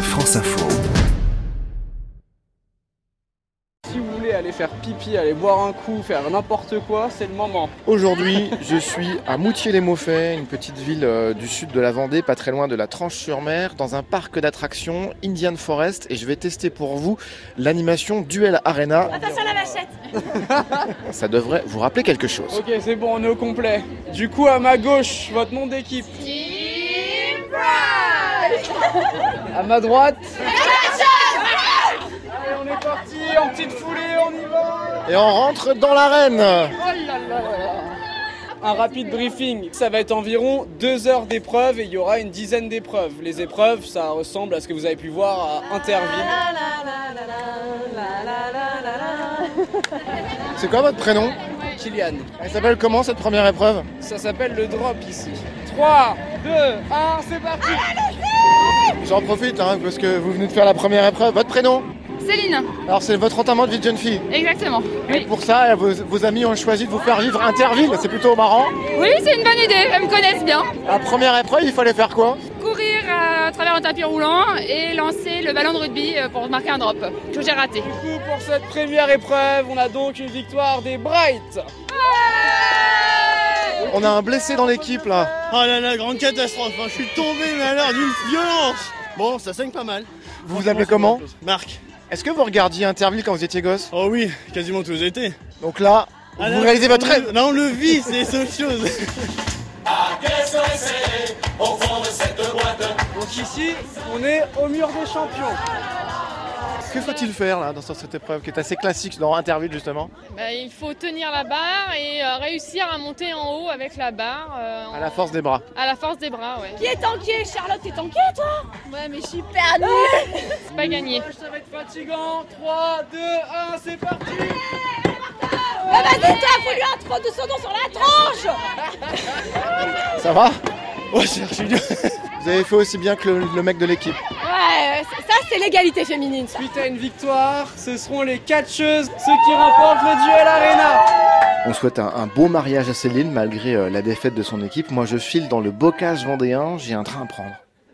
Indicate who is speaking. Speaker 1: France Info.
Speaker 2: Si vous voulez aller faire pipi, aller boire un coup, faire n'importe quoi, c'est le moment.
Speaker 3: Aujourd'hui, je suis à Moutier-les-Mauffets, une petite ville euh, du sud de la Vendée, pas très loin de la Tranche-sur-Mer, dans un parc d'attractions Indian Forest, et je vais tester pour vous l'animation Duel Arena.
Speaker 4: Attention à la vachette
Speaker 3: Ça devrait vous rappeler quelque chose.
Speaker 2: Ok, c'est bon, on est au complet. Du coup, à ma gauche, votre nom d'équipe. À ma droite. Allez, on est parti, en petite foulée, on y va.
Speaker 3: Et on rentre dans
Speaker 2: Oh
Speaker 3: l'arène.
Speaker 2: là là là là. Un rapide briefing, ça va être environ deux heures d'épreuves et il y aura une dizaine d'épreuves. Les épreuves, ça ressemble à ce que vous avez pu voir à Interville.
Speaker 3: C'est quoi votre prénom
Speaker 2: Kylian,
Speaker 3: Elle s'appelle comment cette première épreuve
Speaker 2: ça s'appelle le drop ici. 3, 2, 1, c'est parti
Speaker 3: J'en profite hein, parce que vous venez de faire la première épreuve. Votre prénom
Speaker 5: Céline,
Speaker 3: Alors c'est votre entamement de vie de jeune fille.
Speaker 5: exactement. Oui,
Speaker 3: Pour ça, vos, vos amis ont choisi de vous faire vivre Interville, c'est plutôt marrant.
Speaker 5: oui c'est une bonne idée, elles me connaissent bien.
Speaker 3: La première épreuve, il fallait faire quoi
Speaker 5: Courir à travers un tapis roulant et lancer le ballon de rugby euh, pour marquer un drop, que j'ai raté.
Speaker 2: Du coup, pour cette première épreuve, on a donc une victoire des Bright.
Speaker 3: On a un blessé dans l'équipe là.
Speaker 6: Oh là là, grande catastrophe, hein. je suis tombé mais alors d'une violence Bon, ça saigne pas mal.
Speaker 3: Vous vous appelez comment
Speaker 6: Marc.
Speaker 3: Est-ce que vous regardiez Interville quand vous étiez gosse
Speaker 6: Oh oui, quasiment tous étaient.
Speaker 3: Donc là,
Speaker 6: Ah
Speaker 3: vous
Speaker 6: là,
Speaker 3: réalisez votre
Speaker 6: on
Speaker 3: rêve
Speaker 6: le- Là on le vit, c'est seule chose
Speaker 2: Donc ici, on est au mur des champions.
Speaker 3: Que faut-il faire là dans cette épreuve qui est assez classique dans Interville justement
Speaker 7: Bah, il faut tenir la barre et euh, réussir à monter en haut avec la barre euh, en-
Speaker 3: À la force des bras.
Speaker 7: à la force des bras, ouais.
Speaker 4: Qui est tanké Charlotte, t'es tanké toi
Speaker 7: Ouais, mais je
Speaker 4: Super nulle.
Speaker 7: sais pas gagner.
Speaker 2: Ça va être fatigant. 3, 2, 1, c'est parti
Speaker 4: Bah vas-y toi, faut lui un trou de son nom sur la tronche
Speaker 3: Ça va
Speaker 6: Oh, je suis bien.
Speaker 3: Vous avez fait aussi bien que le, le mec de l'équipe.
Speaker 4: Ouais, ça c'est l'égalité féminine ça.
Speaker 2: Suite à une victoire, ce seront les catcheuses, ceux qui remportent le duel Arena.
Speaker 3: On souhaite un, un beau mariage à Céline malgré euh, la défaite de son équipe. Moi je file dans le bocage vendéen, j'ai un train à prendre.